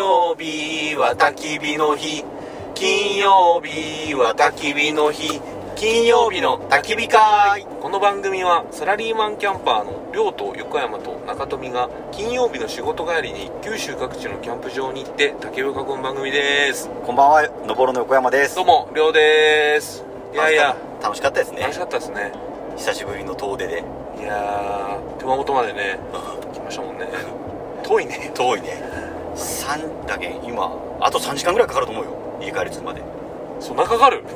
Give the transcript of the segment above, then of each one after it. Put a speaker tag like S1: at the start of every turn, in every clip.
S1: 日は焚き火の日金曜日は焚き火の日金曜日の焚き火会この番組はサラリーマンキャンパーの亮と横山と中富が金曜日の仕事帰りに九州各地のキャンプ場に行って焚き火を囲む番組です
S2: こんばんは、のぼろの横山です。
S1: どうも亮ですいやいや
S2: 楽しかったですね
S1: 楽し。かったですね
S2: 久しぶりの遠出で。
S1: いやー熊本までね来ましたもんね遠いね
S2: 遠いね。三だけん今、あと3時間ぐらいかかると思うよ。家帰り着くまで。
S1: そんなかかる
S2: か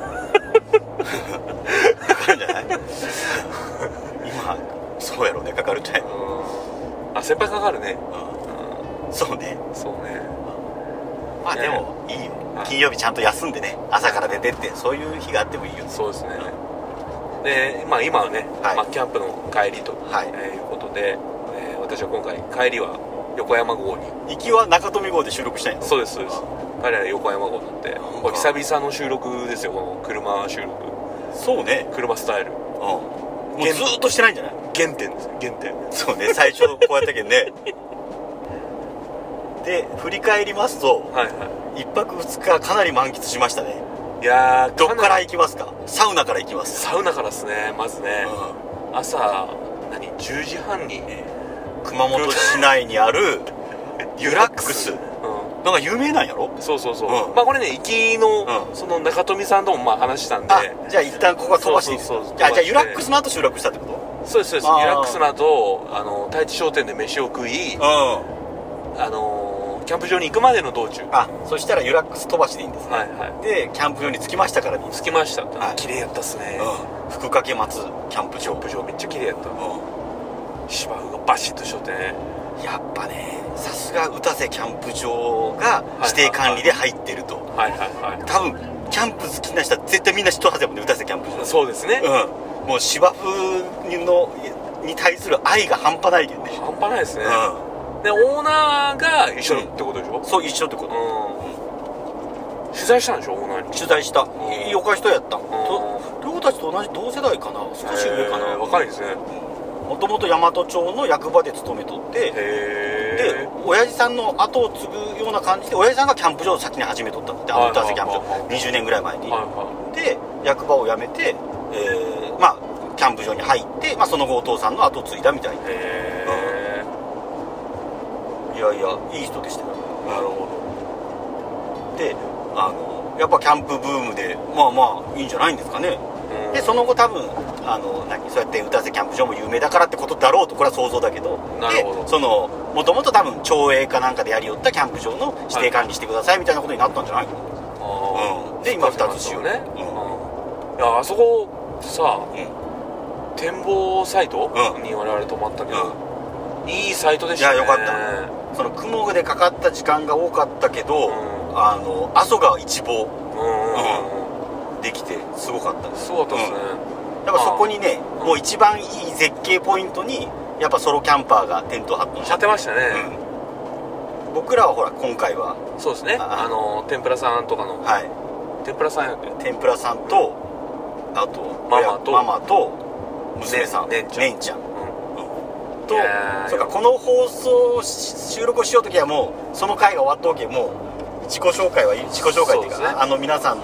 S2: かるんじゃない 今、そうやろうね、かかるんじゃない
S1: あ先輩かかるね
S2: うんそうね。
S1: そうね
S2: まあ
S1: いや
S2: で
S1: いや
S2: も、いいよ
S1: は。い
S2: 金曜日ちゃんと休んでね、朝から出てって、そういう日があってもいいよ。
S1: そうですねで、まあ、今はね、
S2: はい
S1: まあ、キャンプの帰りと、
S2: はい
S1: えーいうことで、えー私は今回帰りは横山号に
S2: 行きは中富号で収録したいの
S1: そうですそうです帰りは横山号になって
S2: ん
S1: これ久々の収録ですよこの車収録
S2: そうね。
S1: 車スタイル
S2: うん。もうずーっとしてないんじゃない
S1: 原点です原点
S2: そうね最初こうやったけんねで振り返りますと
S1: はいは
S2: 1泊2日かなり満喫しましたね
S1: いいやー
S2: どっか
S1: な
S2: ら
S1: り
S2: 行きますかサウナから行きます、
S1: サウナからですねまずね、
S2: う
S1: 朝何10時半に、
S2: ん、熊本市内にあるユラックス
S1: うん、
S2: なんか有名なんやろ
S1: そうそうそう、
S2: うん
S1: まあこれね行きの、
S2: うん
S1: その中富さんともまあ話したんで
S2: あじゃあ一旦ここは飛ばしていいですか
S1: そうそうそう
S2: じゃあ
S1: 飛
S2: じゃ
S1: ば
S2: あ
S1: して
S2: ユラックスの後収録したってこ
S1: そうですそうです
S2: あー
S1: リラックスなどあの太一商店で飯を食い
S2: とうん
S1: あのーキャンプ場に行くまでの道中は
S2: あそしたらユラックス飛ばしでいいんです
S1: い
S2: ね、
S1: は
S2: でキャンプ場に着きましたからでいい
S1: い
S2: です
S1: 着きました、
S2: はい
S1: 綺麗やったっすね、
S2: うん福掛松キャンプ場、
S1: キャンプ場めっちゃ綺麗やった
S2: う
S1: 芝生がバシッとしとってね
S2: ん、やっぱねさすが宇多瀬キャンプ場が指定管理で入ってると、
S1: はいはいは
S2: 多分キャンプ好きな人は絶対みんな知っとるはずやもんね打たせキャンプ
S1: いそうですね、
S2: うんもう芝生のに対する愛が半端ないけんね
S1: 半端ないですね、
S2: う
S1: でオーナーが一緒ってことでしょ
S2: ん、そう一緒ってこ
S1: う
S2: と
S1: ん、取材したんでしょオーナーに
S2: 取材した
S1: ん
S2: いよか人やった
S1: ん
S2: と両たちと同じ同世代かな少し上かな
S1: へー若いですね
S2: もともと大和町の役場で勤めとってで
S1: へえ
S2: 親父さんの後を継ぐような感じで親父さんがキャンプ場を先に始めとったんだってあの打たせキャンプ
S1: はいはいはいは
S2: 場20年ぐらい前に
S1: はいは
S2: で役場を辞めて、えーまあキャンプ場に入って、まあ、その後お父さんの後を継いだみたいない
S1: へえ
S2: やいやいい人でしたよ
S1: なるほ
S2: であのやっぱキャンプブームでまあまあいいんじゃないんですかね
S1: ど、うん
S2: でその後多分あの何そうやって歌わせキャンプ場も有名だからってことだろうとこれは想像だけど
S1: なるほど
S2: でそのもともと多分町営かなんかでやりよったキャンプ場の指定管理してくださいみたいなことになったんじゃないの
S1: あー
S2: うんで今
S1: そうか
S2: 二つしよう
S1: そうね、
S2: うん
S1: いやあそこさ
S2: うん
S1: 展望サイト、
S2: うん
S1: に我々泊まったけど、いいサイトでした
S2: い
S1: ね
S2: やよかったその雲でかかった時間が多かったけど、
S1: うん
S2: あの阿蘇が一
S1: う
S2: 望
S1: んうんうん
S2: できてすごかったです
S1: そうだったっすね、
S2: やっぱそこにね
S1: うん
S2: もう一番いい絶景ポイントにやっぱソロキャンパーがテントを張ってまし
S1: 立
S2: た
S1: ってましたね、
S2: うん僕らはほら今回は
S1: そうですね
S2: あ
S1: あの天ぷらさんとかの、
S2: はい
S1: 天ぷらさんやっけ
S2: 天ぷらさんとあと
S1: ママと
S2: 親ママと娘さん
S1: ねねんちゃん
S2: んちゃん
S1: うん
S2: と
S1: いやー
S2: そうかこの放送をし収録をしようときはもうその回が終わったわけもう自己紹介は自己紹介って
S1: そう
S2: いう
S1: です
S2: か
S1: ね
S2: あの皆さん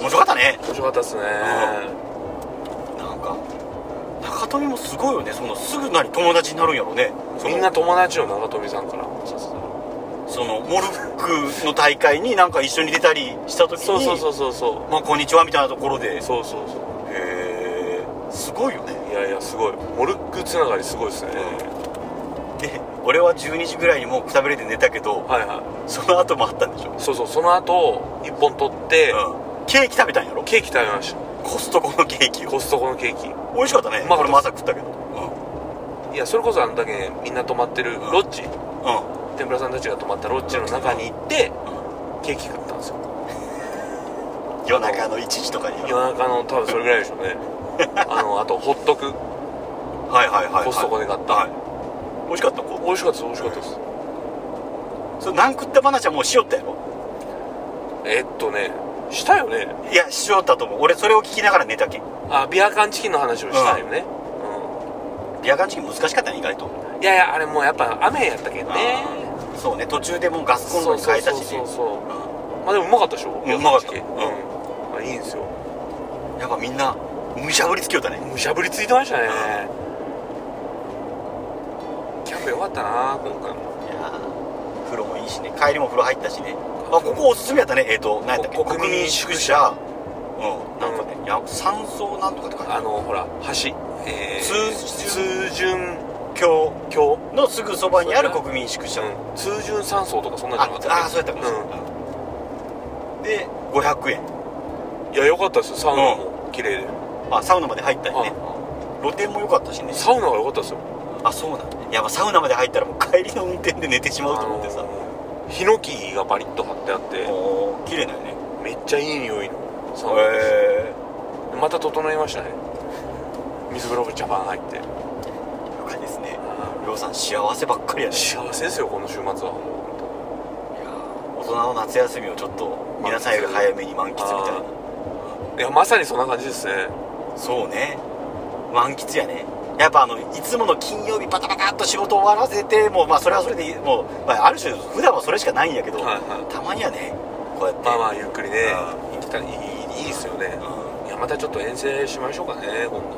S2: 面白かったね
S1: 面白かったっすね、
S2: なんか中富もすごいよねそのすぐ何友達になるんやろうねその
S1: みんな友達よ長富さんからそう
S2: そのモルックの大会になんか一緒に出たりした時に
S1: そうそうそうそう
S2: まあ、こんにちはみたいなところで
S1: そうそうそ
S2: へーすごいよね
S1: ういやいやすごいモルックつながりすごいですね、
S2: で俺は12時ぐらいにもうくたびれて寝たけど
S1: はいは
S2: その後もあったんでしょ、
S1: いそうそうその後一本取って、
S2: うん、ケーキ食べたんやろ
S1: ケーキ食べました
S2: コストコのケーキを
S1: コストコのケーキ
S2: 美味しかったね、
S1: うまかった
S2: これも朝食ったけどうん、
S1: いやそれこそあんだけみんな泊まってるロッジ
S2: うん
S1: 天ぷらさんたちが泊まったロッジの中に行ってケーキ食ったんですよ
S2: 夜中の1時とかにやる
S1: 夜中の多分それぐらいでしょう ねあのあとホットク
S2: はいはいはい、はい、
S1: コストコで買った
S2: はい、美味しかったこ
S1: 美味しかったです美味しかったです
S2: うそれ何食った話はもうしよったやろ
S1: えっとねしたよね
S2: いやしよったと思う俺それを聞きながら寝たけん
S1: あビア缶チキンの話をしたよね、うん
S2: ビアガンチキン難しかったね意外と
S1: いやいやあれもうやっぱ雨やったけんね
S2: あーそうね途中でもうガスコンロに変えたし
S1: そうそう
S2: ね
S1: そうそうまあでもうまかったでしょ
S2: うんうまかった
S1: 正直うんあいいんですよ
S2: うんやっぱみんなむしゃぶりつきよったね
S1: むしゃぶりついてましたねキャンプよかったな今回も
S2: いやー風呂もいいしね帰りも風呂入ったしねあここおすすめやったねえっ、と何やったっけ
S1: こ国民宿舎
S2: うんなんかね、いや山荘なんとかって書いてあ
S1: あ
S2: る
S1: のほら橋えー
S2: 通
S1: 通順
S2: 京
S1: 橋
S2: のすぐそばにある国民宿舎、
S1: うん通順山荘とかそんなんじ
S2: あ
S1: ゃなかった
S2: あーそうやったかもしれない、で500円
S1: うんいやよかったですよサウナも綺麗で
S2: あサウナまで入ったりね
S1: あ
S2: 露店も良かったしね
S1: サウナが良かったですよ
S2: あそうなんだねやっぱサウナまで入ったらもう帰りの運転で寝てしまうと思ってさ
S1: あのヒノキがバリッと張ってあって
S2: おー綺麗だよね
S1: めっちゃいい匂いのサウナでし
S2: へ
S1: たまた整いましたね水風呂もジャパン入って
S2: えよかったですねりょうさん幸せばっかりやねい
S1: 幸せですよこの週末はも
S2: やー大人の夏休みをちょっと皆さんより早めに満喫みたい
S1: いういやまさにそんな感じですね
S2: なそうね満喫やねやっぱあのいつもの金曜日バタバタっと仕事終わらせてもうまあそれはそれでいいもう、まあ、ある種普段はそれしかないんやけど、
S1: はいは
S2: たまにはねこうやって
S1: まあまあゆっくりね
S2: あ
S1: 行きたらいいいいですよね
S2: う
S1: いやまたちょっと遠征しましょうかね今度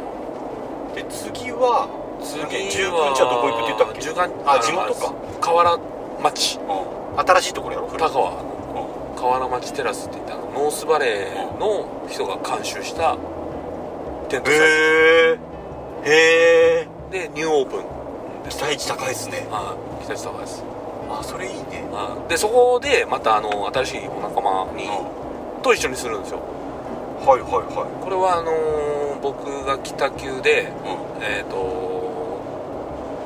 S2: んで次は次
S1: 次
S2: 19日はどこ行くって言ったっけ
S1: 十九
S2: あ地元か
S1: 河原町
S2: うん新しいところやろ古
S1: 高
S2: い
S1: 輪の
S2: う
S1: 河原町テラスって言ってあのノースバレーの人が監修したテン
S2: ん
S1: トサイ
S2: へえへえ
S1: トでニューオープンで
S2: 期待値高いですね
S1: はい北地高です
S2: あそれいいね
S1: はいでそこでまたあの新しいお仲間
S2: う
S1: に
S2: ん
S1: と一緒にするんですよ
S2: はいはいは
S1: これはあのー僕が北急で
S2: いうん
S1: えっ、と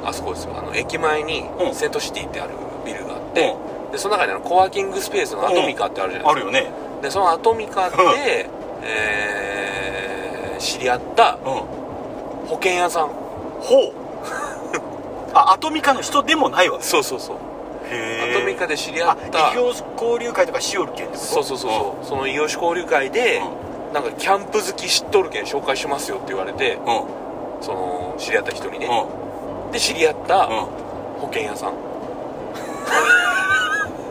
S1: あそこですよあの駅前に
S2: うん
S1: セントシティってあるビルがあって、でその中にあのコワーキングスペースのアトミカってあるじゃな
S2: あ
S1: いで
S2: る
S1: す
S2: よね
S1: か、でそのアトミカで、えー知り合った
S2: うん
S1: 保険屋さん
S2: ほう あアトミカの人でもないわ
S1: そうそうそうア
S2: へ
S1: トミカで知り合
S2: あ
S1: った
S2: 異業種交流会とかしおるけんってこと
S1: そうそうそうそう、その異業種交流会で、なんかキャンプ好き知っとるけん紹介しますよって言われて
S2: うんうん
S1: その知り合った人にね、
S2: うん
S1: で知り合った
S2: う
S1: 保険屋さん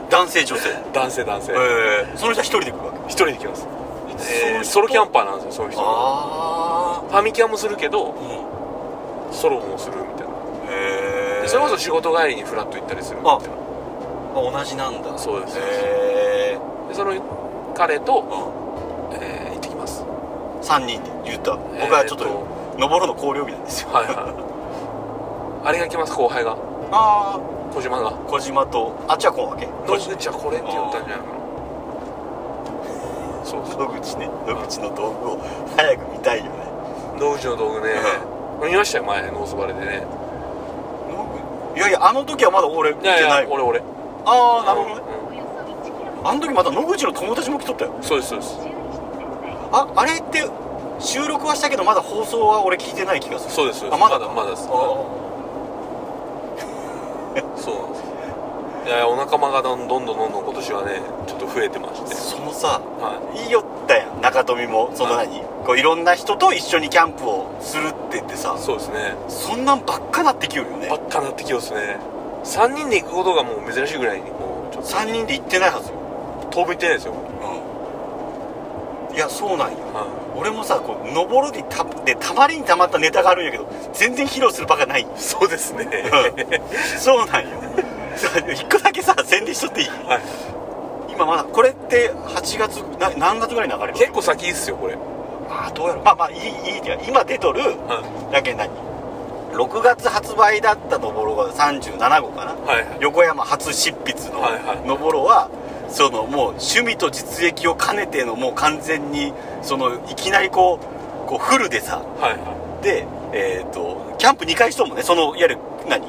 S2: ん男性女性へ
S1: 男性男性一、
S2: えその人は一人で来るわけ
S1: 人で来ます、え
S2: その
S1: ー
S2: 人
S1: ソロキャンパーなんですよそういう人は
S2: あ
S1: ファミキャンもするけ
S2: あ
S1: ど
S2: うん
S1: ソロもするみたいな
S2: へ
S1: で
S2: え
S1: それこそ仕事帰りにフラッと行ったりするみたいな
S2: 同じなんだ
S1: そうです
S2: へえ
S1: でその彼と、
S2: う
S1: えー行ってきます
S2: ん3人で言った僕はちょっ
S1: え
S2: と登るの高量日なんですよ
S1: はいはいあれが来ます後輩が
S2: あ
S1: 小島が
S2: あ小島とあっちはこんわけ
S1: 野口はこれって言ったんじゃないかなそうそう
S2: 野口ね野口の道具を早く見たいよね
S1: 野口の道具ね見ましたよ前ノースバレでね
S2: いやいやあの時はまだ俺見
S1: い
S2: て
S1: やい
S2: な
S1: や
S2: い
S1: 俺俺
S2: ああなるほどね
S1: うん
S2: あの時また野口の友達も来とったよ
S1: そうですそうです
S2: ああれって収録はしたけどまだ放送は俺聞いてない気がする
S1: そうですそうです
S2: あまだ
S1: まだまだです
S2: あ
S1: そうなんですいやいやお仲間がどんどんどんどん今年はねちょっと増えてまし
S2: ー
S1: て
S2: そのさ
S1: はい
S2: いよったやん中富もその何、こういろんな人と一緒にキャンプをするって言ってさ
S1: そうですね
S2: そんなんばっかなってきよるよね
S1: ばっかなってきますね3人で行くことがもう珍しいぐらいにもうちょっ
S2: 3人で行ってないはずよ、
S1: と当分行ってないですよ、
S2: いやそうなんよ
S1: は
S2: 俺もさこう登るでたでたまりにたまったネタがあるんやけど全然披露する場がない
S1: い、そうですね
S2: そうなんよ一個だけさ宣伝しとっていい
S1: はい
S2: 今まだこれって8月な何月ぐらいに流れる
S1: 結構先いいっすよこれ、
S2: ああどうやろうまあまあいいいいっていうか今出とる
S1: は
S2: だけ何6月発売だったところが37号かな、
S1: い、はい
S2: 横山初執筆の
S1: はいはい
S2: 「のぼろは」そのもう趣味と実益を兼ねてのもう完全にそのいきなりこうこうフルでさ
S1: はいは
S2: でえっ、とキャンプ2回しとんもねそのいわゆる何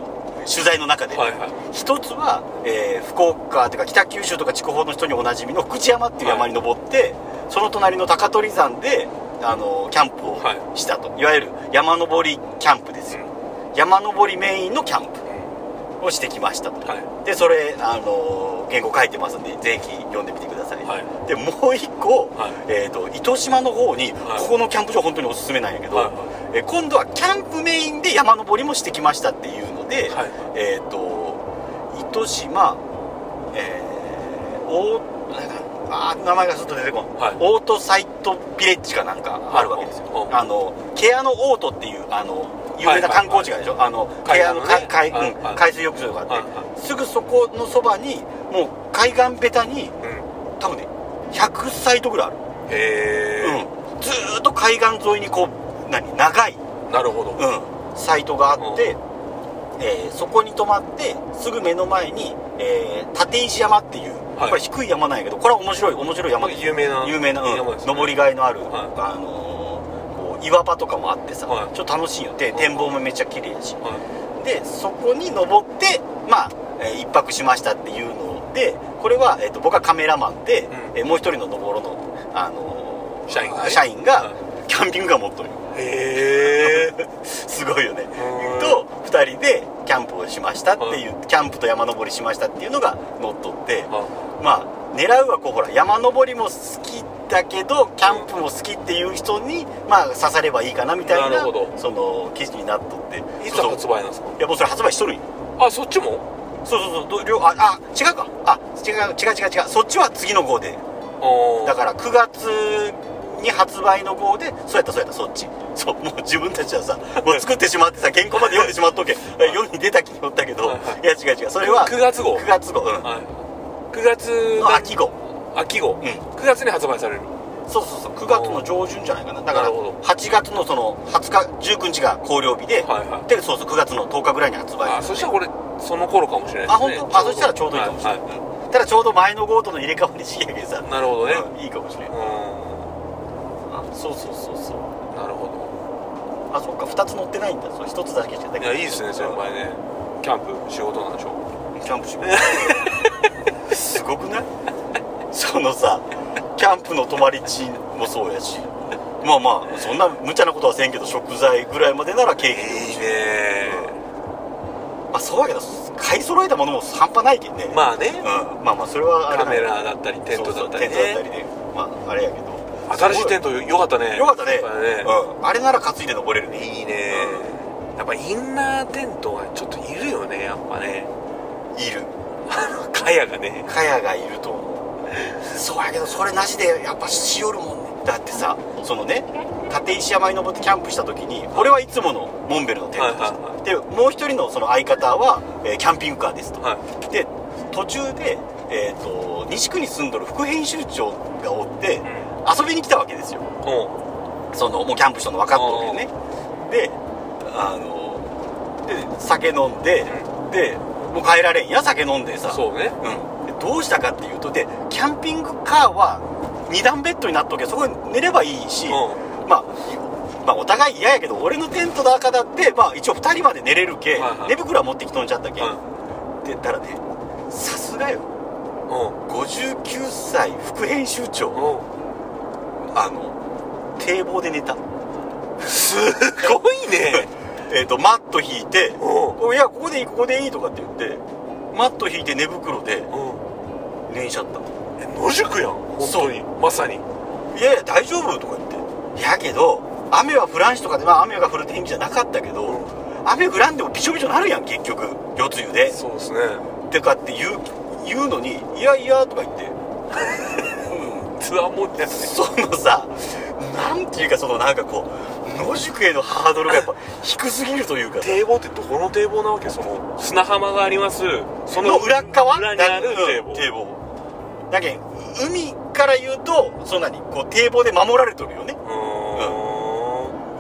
S2: 取材の中で、
S1: いはいはい
S2: 一つは、えー福岡というか北九州とか筑豊の人におなじみの福知山っていう山に登って、その隣の高取山であのキャンプを
S1: はい
S2: したと、い、わゆる山登りキャンプですよ、山登りメインのキャンプをしてきましたと、
S1: はい
S2: でそれあの原稿書いてますんでぜひ読んでみてください、
S1: はい
S2: でもう一個、
S1: はい
S2: えー、と糸島の方に、
S1: はい
S2: ここのキャンプ場本当におすすめなんやけど、
S1: はい
S2: えー今度はキャンプメインで山登りもしてきましたっていうので、
S1: はい
S2: えー、と糸島えー、おなんかあー名前がずっと出てこん、
S1: はい
S2: オートサイトビレッジかなんかあるわけです
S1: おうお
S2: よ
S1: う
S2: あのケアのオートっていうあの有名な観光地があるでしょ、あの
S1: 海
S2: ケ
S1: 岸
S2: ア
S1: の
S2: の
S1: ね
S2: 海海
S1: は
S2: う
S1: い
S2: ん
S1: はい
S2: 海水浴場があって、
S1: はいは
S2: すぐそこのそばにもう海岸べたに
S1: うん
S2: 多分ね100サイトぐらいある、
S1: へ
S2: うん、ずーっと海岸沿いにこう何長い
S1: え、なるほど
S2: うん、サイトがあって、えーそこに泊まってすぐ目の前に、えー立石山っていう、
S1: はい
S2: これ低い山なんやけどこれは面白い面白い山です
S1: 有名な
S2: 有名な、うん
S1: 山ですね
S2: 登りがいのある、
S1: はい
S2: あのーこう岩場とかもあってさ、
S1: はい
S2: ちょっと楽しいよで
S1: うん
S2: 展望もめっちゃ綺麗だし
S1: はい
S2: でそこに登ってまあ、えー一泊しましたっていうのでこれは、えー、と僕はカメラマンで、
S1: うん
S2: えーもう一人の登ろの、あのー
S1: 社員がね
S2: 社員が
S1: は
S2: キャンピングカー持っとるよ
S1: へえ
S2: すごいよね
S1: うん
S2: と2人でキャンプをしましたっていうキャンプと山登りしましたっていうのが乗っ とってまあ狙うはこうほら山登りも好きだけどキャンプも好きっていう人にまあ刺さればいいかなみたい
S1: な
S2: な
S1: るほど
S2: その記事になっとって
S1: いつ
S2: そうそう
S1: 発売なんですか
S2: いやもうそれ発売しとるんよ
S1: あそっちも
S2: そうそうそうど両ああ違うかあ違う違う違う違うそっちは次の号で
S1: おー
S2: だから9月に発売の号でそうやったそうやったそっちそうもう自分たちはさもう作ってしまってさ原稿まで読んでしまっとけ世に出た気におったけど
S1: はいはい
S2: いや違う違うそれは
S1: 9月号
S2: 9月号う
S1: はい9月
S2: んの秋号
S1: 秋号
S2: うん
S1: 9月に発売される
S2: そうそうそう9月の上旬じゃないかなだか
S1: な
S2: ら
S1: るほど
S2: 8月のその20日19日が考慮日で、
S1: はいはい
S2: でそうそう9月の10日ぐらいに発売
S1: あそしたらこれその頃かもしれ
S2: あ
S1: ないです
S2: 本
S1: ね
S2: 当あそしたらちょうどいいかもしれない、
S1: は
S2: うんただちょうど前の号との入れ替わり時期やけどさ
S1: はなるほどね
S2: うんいいかもしれないうあそうそうそうそうん
S1: なるほ
S2: あそっか2つ乗ってないんだそう1つだけしか
S1: どいやいいですね先輩ねキャンプ仕事なんでしょ
S2: キャンプしようすごくないそのさキャンプの泊まり地もそうやしまあまあそんな無茶なことはせんけど食材ぐらいまでなら経費でもいいし、
S1: ね
S2: まあ、そうやけど買い揃えたものも半端ないけどね、
S1: まあね
S2: うん、まあまあそれはあれ
S1: カ
S2: だ
S1: メラだったりテントだったり
S2: そうそうテントだ
S1: ね
S2: ったりでまああれやけど
S1: 新しいテン
S2: ト
S1: トよかったね
S2: よかったね
S1: やぱ
S2: うん、あれなら担いで登れるね
S1: いいねやっぱインナーテントがちょっといるよねやっぱね
S2: いる
S1: カヤがね
S2: カヤがいると思うそうやけどそれなしでやっぱしよるもんねだってさそのね立石山に登ってキャンプした時に俺はいつものモンベルのテントでし
S1: はいはいは
S2: たでもう一人のその相方は、えーキャンピングカーですと、
S1: はい
S2: で途中で、えー、と西区に住んどる副編集長がおって遊びに来たわけですよ
S1: う
S2: そのもうキャンプしたの分かっとるんでねであので酒飲んで、でもう帰られんや酒飲んでさ
S1: んそうね
S2: うん、でどうしたかっていうとでキャンピングカーは2段ベッドになっとけばそこに寝ればいいし、
S1: う
S2: まあ、まあお互い嫌やけど俺のテントだからって、まあ、一応2人まで寝れるけ、
S1: はいはい
S2: 寝袋は持ってきとんじゃったけ、
S1: ん
S2: って言ったらねさすがよ
S1: うん
S2: 59歳副編集長
S1: う
S2: あの堤防で寝た
S1: んすごいね
S2: えっとマット引いて
S1: うん
S2: 「いやここでいいここでいい」とかって言ってマット引いて寝袋で
S1: うん
S2: 寝んしちゃった
S1: え野宿やん本当にまさに
S2: いやいや大丈夫とか言っていやけど雨は降らんしとかでまあ雨が降る天気じゃなかったけど、雨降らんでもびしょびしょなるやん結局夜露で
S1: そうですね
S2: てかって言う言うのにいやいやとか言って
S1: ツアーもんやつね
S2: そのさなんていうかそのなんかこう野宿へのハードルがや っぱ低すぎるというか
S1: 堤防ってどこの堤防なわけその砂浜がありますそ
S2: その裏っ側
S1: 裏にある堤
S2: うん
S1: 防
S2: 堤防だけん海から言うとそんなにこう堤防で守られとるよね
S1: うー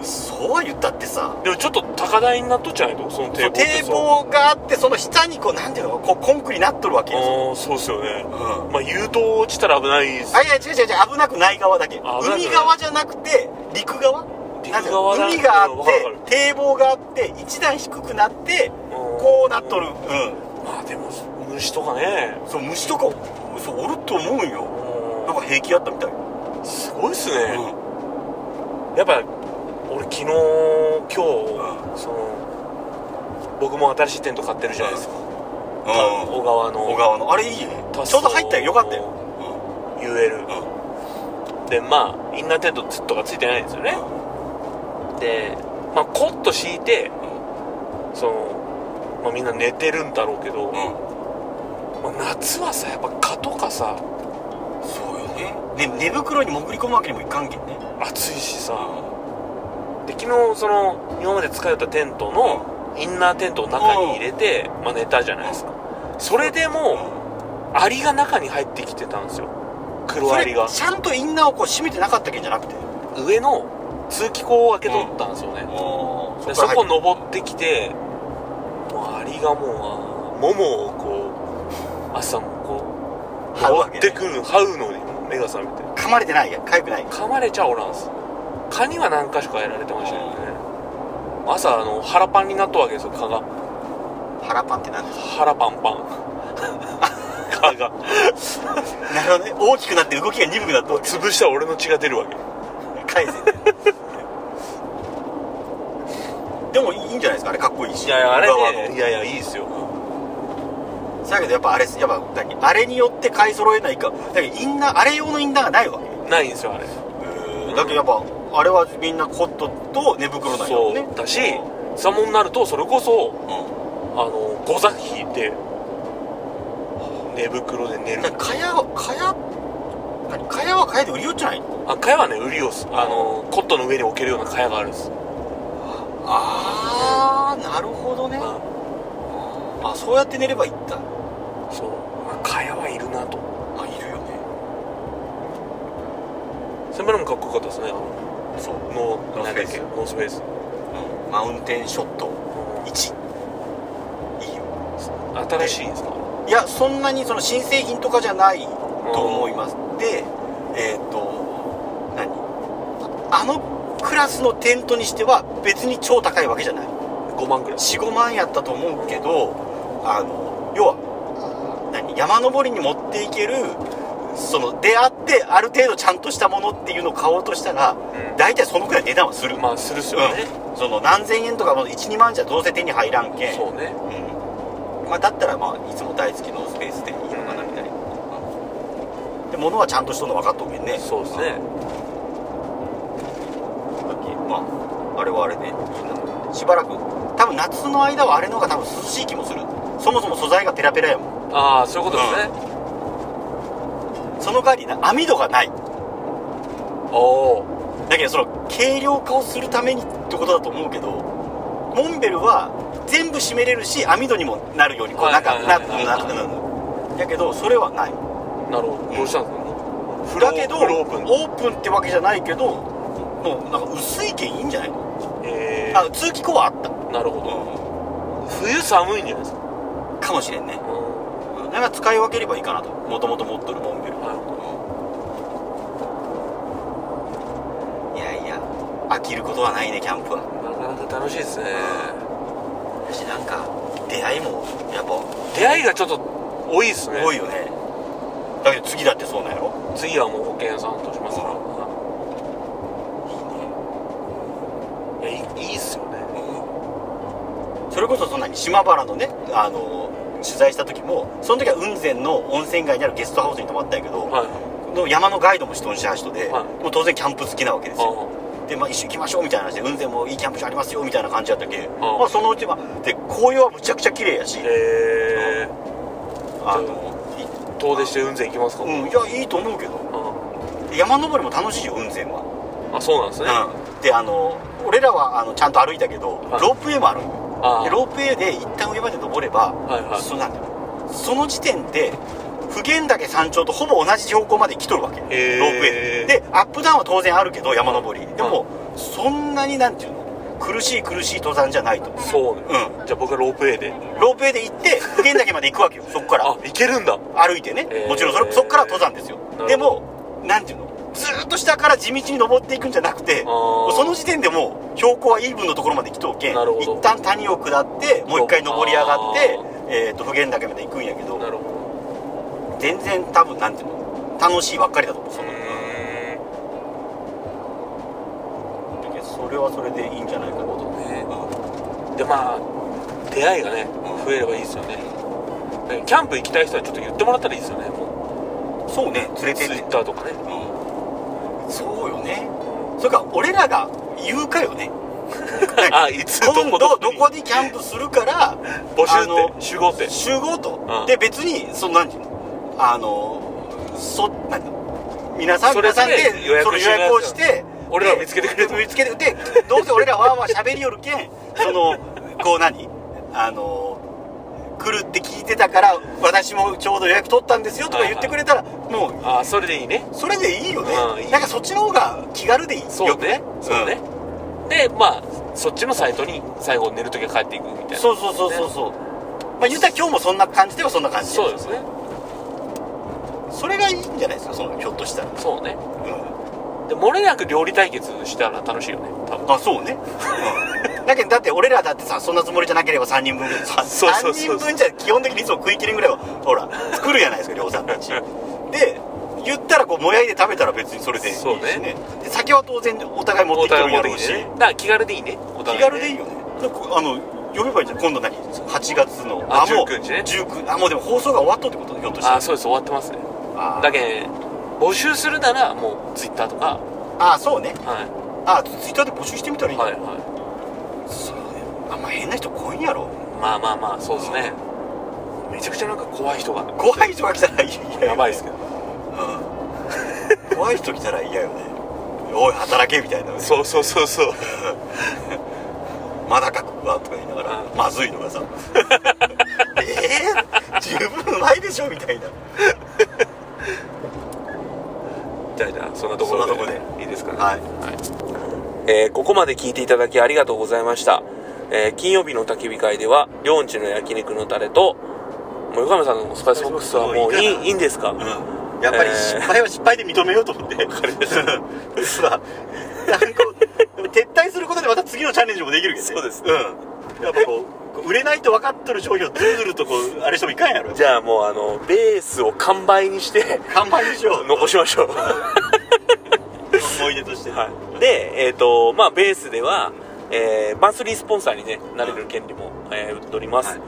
S1: ん
S2: そうは言ったってさ
S1: でもちょっと高台になっとっちゃないとその
S2: そ
S1: 堤防
S2: う
S1: って
S2: 堤防があってその下にこうなんていうのこうコンクになっとるわけよ、
S1: ああそうっすよね
S2: うん、
S1: まあ誘導落ちたら危ないです
S2: あいや違う違う違う危なくない側だけ
S1: あ危なくない
S2: 海側じゃなくて陸側
S1: 陸
S2: なんていう
S1: 側
S2: の
S1: だ
S2: 海があ
S1: うんわかるわ
S2: って堤防があって一段低くなってこうなっとるう
S1: まあでも虫とかね
S2: んそう虫とかそうおると思うよなんか平気やったみたい、う
S1: すごいっすね、
S2: ん、
S1: やっぱ俺昨日今日、その僕も新しいテント買ってるじゃないですか、
S2: 小
S1: 小川の
S2: 川のあれいいねちょ
S1: 多
S2: う
S1: 層
S2: ど入ったよよかったよ、
S1: UL
S2: うんうん
S1: でまあインナーテントずっとがついてないんですよねでまあコット敷いてその、まあ、みんな寝てるんだろうけど、
S2: うん
S1: まあ夏はさやっぱ蚊とかさ
S2: そうよねね寝袋に潜り込むわけにもいかんけんね
S1: 暑いしさで昨日その今まで使えたテントのインナーテントを中に入れて、まあ、寝たじゃないですかそれでもアリが中に入ってきてたんですよ黒
S2: そ
S1: ア
S2: れ
S1: リが
S2: ちゃんとインナーをこう締めてなかったけんじゃなくて
S1: 上の通気口を開けとったんですよね、
S2: そ
S1: でそこ登ってきてもうアリがもうももをこう朝もこう
S2: 這うわけね
S1: 登ってくる這うのにもう目が覚めて
S2: 噛まれてないや痒くない
S1: 噛まれちゃおらんす蚊には何か所かやられてましたけどね朝あの腹パンになったわけですよ蚊が
S2: 腹パンってなんです
S1: 腹パン パン蚊が
S2: かなるほどね大きくなって動きが鈍くなったわけ
S1: 潰したら俺の血が出るわけ
S2: 返せでもいいんじゃないですかあれかっこいいし
S1: いやいやあ
S2: 裏
S1: れ
S2: 側
S1: ね
S2: の
S1: いやいやいいですよ
S2: そやけどやっぱあれっすやっぱだけあれによって買い揃えないかだけどインナーあれ用のインナーがないわけ
S1: ないんですよあれ
S2: だけどやっぱあれはみんなコットと寝袋なんよ
S1: そ
S2: ね
S1: うだしサモンになるとそれこそ
S2: う
S1: あのゴザ引いて寝袋で寝る
S2: んかやはかや何かやはかやで売りよっちゃない
S1: あ蚊帳はね売りをすあのコットンの上に置けるような蚊帳があるんです
S2: ああなるほどね
S1: あ
S2: あそうやって寝ればいいんだ
S1: そうあ蚊帳はいるなと
S2: あいるよね
S1: それもかっこよかったですねあの
S2: そう、
S1: ノー
S2: ノースペース
S1: なんだっけノースペース
S2: うんマウンテンショット1いいよ
S1: 新しいんですか
S2: いやそんなにその新製品とかじゃないと思いますでえっ、と何ああのクラスのテントにしては別に超高いわけじゃない
S1: 5万くらい
S2: 45万やったと思うけどあの要は何山登りに持っていけるその出会ってある程度ちゃんとしたものっていうのを買おうとしたら
S1: うん
S2: 大体そのくらい値段はする、
S1: まあするっすよね
S2: その何千円とか12万じゃどうせ手に入らんけん
S1: そうね
S2: うんまあ、だったら、まあ、いつも大好きのスペースでいいのかなみたいな、で物はちゃんとしとんの分かっとうけんね
S1: そうですね
S2: だっけまああれはあれでいいなしばらく多分夏の間はあれの方が多分涼しい気もするそもそも素材がペラペラやもん
S1: ああそういうことですね
S2: その代わりな網戸がない
S1: おお
S2: だけどその軽量化をするためにってことだと思うけどモンベルは全部閉めれるし網戸にもなるようにこう
S1: はい
S2: 中
S1: はい
S2: な
S1: は
S2: っ
S1: い
S2: て
S1: はい
S2: なるだけどそれはない
S1: ーなるほどどうしたんですかフ
S2: だけど
S1: フルオープン
S2: オープンってわけじゃないけどもうなんか薄いけんいいんじゃないの
S1: え
S2: あ通気口はあった、
S1: ーなるほど冬寒いんじゃないですか
S2: かもしれんね
S1: は
S2: うんなんか使い分ければいいかなともともと持っとるモンベルいやいや飽きることはないねキャンプはい
S1: なかなか楽しいですね
S2: だしなんか出会いもやっぱ
S1: 出会いがちょっと多いですね
S2: 多いよねだけど次だってそうなんやろ
S1: 次はもう保険さんとしますからいやいいいいっすよね
S2: それこそそんなに島原のねあの取材した時もその時は雲仙の温泉街にあるゲストハウスに泊まったんやけど、
S1: はい
S2: の山のガイドもしとんしは人で、
S1: はい
S2: もう当然キャンプ好きなわけです
S1: あ
S2: よで、まあ、一緒に行きましょうみたいな話で雲仙もいいキャンプ場ありますよみたいな感じだったけ
S1: あ
S2: まあ、そのうち、まあ、で紅葉はむちゃくちゃ綺麗やし
S1: ーへえ
S2: あのい
S1: 遠出して雲仙行きますか
S2: うん、いやいいと思うけどで山登りも楽しいよ雲仙は、
S1: ああそうなんですねあ
S2: うん、であの俺らはあのちゃんと歩いたけど、
S1: はい
S2: ロープウェイもあるんよ
S1: あ
S2: でロープウェイで一旦上まで登れば
S1: はいはい
S2: そうなんだよその時点で普賢岳山頂とほぼ同じ方向まで来とるわけロープウ
S1: へー
S2: ェイでアップダウンは当然あるけど山登りでもそんなになんていうの苦しい苦しい登山じゃないと
S1: そうね
S2: う
S1: じゃあ僕はロープウェイで
S2: ロープウェイで行って普賢岳まで行くわけよそこから
S1: あ行けるんだ
S2: 歩いてね
S1: へー
S2: もちろんそれそこから登山ですよ
S1: ほど
S2: でもなんていうのずーっと下から地道に登っていくんじゃなくて
S1: あー
S2: その時点でもう標高はイーブンのところまで来とうけん
S1: なるほど
S2: 一旦谷を下ってもう一回登り上がって
S1: あ
S2: えーと普賢岳まで行くんやけど
S1: なるほ
S2: 全然多分なんていうの楽しいばっかりだと思うそ
S1: どう
S2: の
S1: ーんな
S2: それはそれでいいんじゃないか
S1: るほどね
S2: な
S1: でまあ出会いがね
S2: うん
S1: 増えればいいですよねキャンプ行きたい人はちょっと言ってもらったらいいですよねも
S2: そうね連れ
S1: うツ
S2: て
S1: イ
S2: って
S1: ッターとかね
S2: うんそうよねそれから俺らが言うかよね
S1: あいつ
S2: 今度
S1: どこ
S2: どこでキャンプするから
S1: 募集
S2: あの
S1: って集合って
S2: 集合と、
S1: うん
S2: で別にその何ていうのあのそ何だ皆さん
S1: それ
S2: 皆
S1: ぞ
S2: さん
S1: れ
S2: で
S1: 予約
S2: その予約を
S1: し
S2: してて
S1: 俺らを見つけてくれ
S2: で見つけてくれてどうせ俺らはまあ喋りよるけんそのこう何あの来るって聞いてたから私もちょうど予約取ったんですよとか言ってくれたらもう
S1: あそれでいいね
S2: それでいいよ
S1: うん
S2: ね
S1: いい
S2: なんかそっちの方が気軽でいい
S1: そうね
S2: ん
S1: そうね、でまあそっちのサイトに最後寝るときは帰っていくみたいな
S2: そうそうそうそうそう、まあ言うたら今日もそんな感じではそんな感じ
S1: そうですね
S2: それがいいんじゃないですかそのひょっとしたら、う
S1: そうね
S2: ん、
S1: で漏れなく料理対決したら楽しいよね多分
S2: あそうね、うん、だけどだって俺らだってさそんなつもりじゃなければ3人分さ
S1: そうそう
S2: 3
S1: そう
S2: 人分じゃ基本的にいつも食い切れんぐらいはほら作るじゃないですか量産たちで言ったらこうもやいで食べたら別にそれでいいし
S1: そう
S2: ね
S1: ね
S2: で酒は当然お互い持ってきてるやろうし、
S1: ねだから気軽でいいねお互
S2: 気
S1: いね
S2: 軽でいいよねだからあの呼べばいいじゃん今度何8月の
S1: あ
S2: もう
S1: 19日ね
S2: 19あもうでも放送が終わっとってことひょっとしたら
S1: あそうです終わってますね
S2: あー
S1: だけど募集するならもうツイッターとか
S2: あそうね
S1: はい
S2: あツイッターで募集してみたらいいんじゃ
S1: は
S2: ない
S1: は
S2: そうねあんま変な人来んやろ
S1: いまあまあまあそうですねめちゃくちゃなんか怖い人が
S2: 怖い人が来たら嫌よね
S1: やばいですけど
S2: うん怖い人来たら嫌よねおい働けみたいな
S1: そうそうそうそう
S2: まだ書くわとか言いながら
S1: う
S2: まずいのがさ えー、十分うまいでしょみたいな
S1: じゃあじゃあそんなところで
S2: そんなとこ
S1: いいですかね
S2: はい
S1: えーここまで聞いていただきありがとうございました、えー金曜日の焚き火会では両んちの焼肉のタレともう横山さんのスパイスボックスはもういい
S2: もういいかない
S1: いんですか
S2: うんやっぱり失敗は失敗で認めようと思って、わかり ました。さあ、なんかこうでも撤退することでまた次のチャレンジもできるけどね。
S1: そうです
S2: うん。やっぱこうこう、売れないと分かっとる商品をずるずるとこう、あれしてもいかんやろ。
S1: じゃあもうあのベースを完売にして
S2: 看板にしよう。
S1: 残しましょう
S2: 思い出として。
S1: はい、で、えーとまあ、ベースでは、えーマンスリースポンサーに、ね、なれる権利も、えー売っております、
S2: はい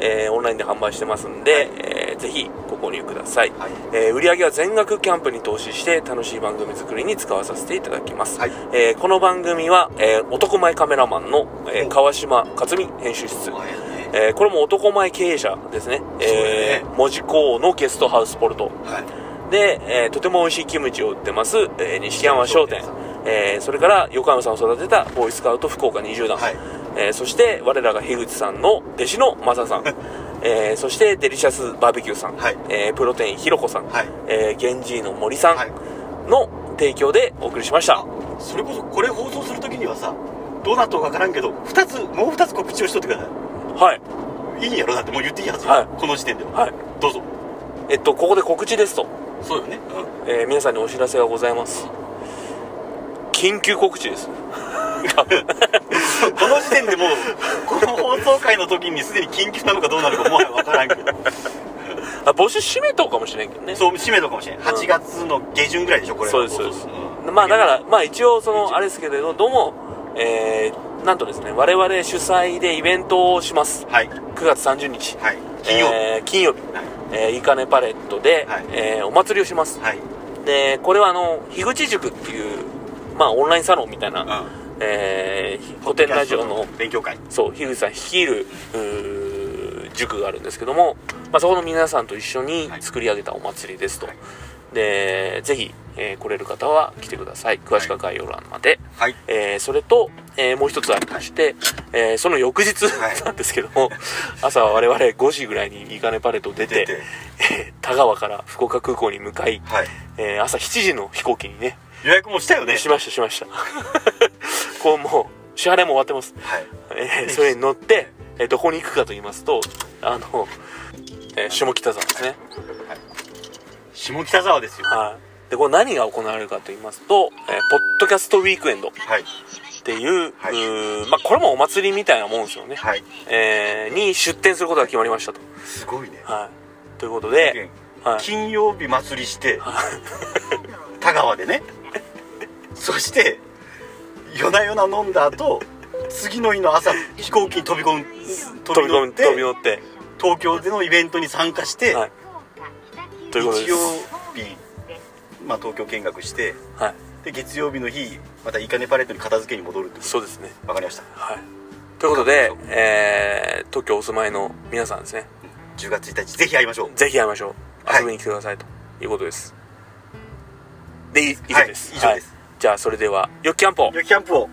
S1: えーオンラインで販売してますんで、
S2: はい
S1: えーぜひご購入ください、
S2: はい
S1: えー売り上げは全額キャンプに投資して楽しい番組作りに使わさせていただきます、
S2: はい
S1: えーこの番組は、えー男前カメラマンの、えー
S2: お
S1: 川島克美編集室、
S2: 怖いよね
S1: えーこれも男前経営者ですね
S2: そうだね
S1: えー門司港のゲストハウスポルト
S2: はい。
S1: で、えーとても美味しいキムチを売ってます、えー西山商店
S2: 商店、
S1: えーそれから横山さんを育てたボーイスカウト福岡20段、
S2: はい
S1: えーそして我らが樋口さんの弟子のマサさん、 えーそしてデリシャスバーベキューさん、
S2: はい
S1: えープロテインひろこさん、
S2: はい
S1: えーゲンジーの森さ
S2: はい
S1: んの提供でお送りしました、
S2: あ、それこそこれ放送するときにはさ、どうなったかわからんけど、二つ、もう二つ告知をしとってくださ
S1: はい
S2: い。いいんやろだってもう言っていいはずよ。
S1: はい
S2: この時点では。
S1: はい
S2: どうぞ。
S1: えっとここで告知ですと、
S2: そうよね。うん。
S1: えー皆さんにお知らせがございます緊急告知です
S2: この時点でもうこの放送回の時にすでに緊急なのかどうなのかもはや分からんけど
S1: あ募集閉めたかもしれんけどね
S2: そう締めのかもしれん8月の下旬ぐらいでしょこれ
S1: そうですそうです、
S2: うん
S1: まあだから
S2: う
S1: まあ一応そ
S2: 一
S1: の
S2: 応
S1: あれですけれども、えー、なんとですね我々主催でイベントをします
S2: んはい
S1: 9月30日、
S2: はい金曜日、
S1: えー金曜日、えー、いかねパレットで、
S2: はい
S1: えーお祭りをします、
S2: はい
S1: でこれはあの樋口塾っていうまあオンラインサロンみたいな、
S2: はい、
S1: えー、
S2: う
S1: 古典ラジオの
S2: 勉強会
S1: そう樋口さん率いるうー塾があるんですけども、まあ、そこの皆さんと一緒に作り上げたお祭りですと、
S2: はい
S1: でぜひ、えー来れる方は来てください詳しくは概要欄まで、
S2: はい
S1: えーそれと、えーもう一つありまして、えーその翌日
S2: はい
S1: なんですけど も、朝は我々5時ぐらいにいいかねパレットを出て
S2: 出て
S1: えー田川から福岡空港に向かい、
S2: はい
S1: えー朝7時の飛行機にね
S2: 予約もしたよね
S1: しましたしました こうもう支払いも終わってます
S2: はい
S1: えーそれに乗って、えーどこに行くかと言いますとあの、えー下北沢ですね、
S2: 下北沢ですよ
S1: はい、でこれ何が行われるかと言いますと、えーポッドキャストウィークエンドっ
S2: はい
S1: ていう,、
S2: はいう
S1: ーまあ、これもお祭りみたいなもんですよね、
S2: はい
S1: えーに出店することが決まりましたと、
S2: すごいね、
S1: はい、ということで、はい
S2: 金曜日祭りして田川でね そして夜な夜な飲んだ後次の日の朝飛行機に飛び込む飛
S1: 飛
S2: び
S1: び
S2: 乗
S1: 込
S2: っ
S1: み
S2: て
S1: 飛び乗って、
S2: 東京でのイベントに参加して、
S1: はい、ということです
S2: 日曜日、まあ、東京見学して
S1: はい、
S2: で月曜日の日またいいかねパレットに片付けに戻るってこと
S1: そうですね
S2: わかりました
S1: はいということで、えー、東京お住まいの皆さんですね
S2: 10月1日ぜひ会いましょう
S1: ぜひ会いましょう
S2: はい
S1: 遊びに来てくださいということです、でい以
S2: は
S1: 上
S2: い
S1: です、
S2: 以上です
S1: じゃあそれではよっきゃんぽ
S2: 良きキャンプを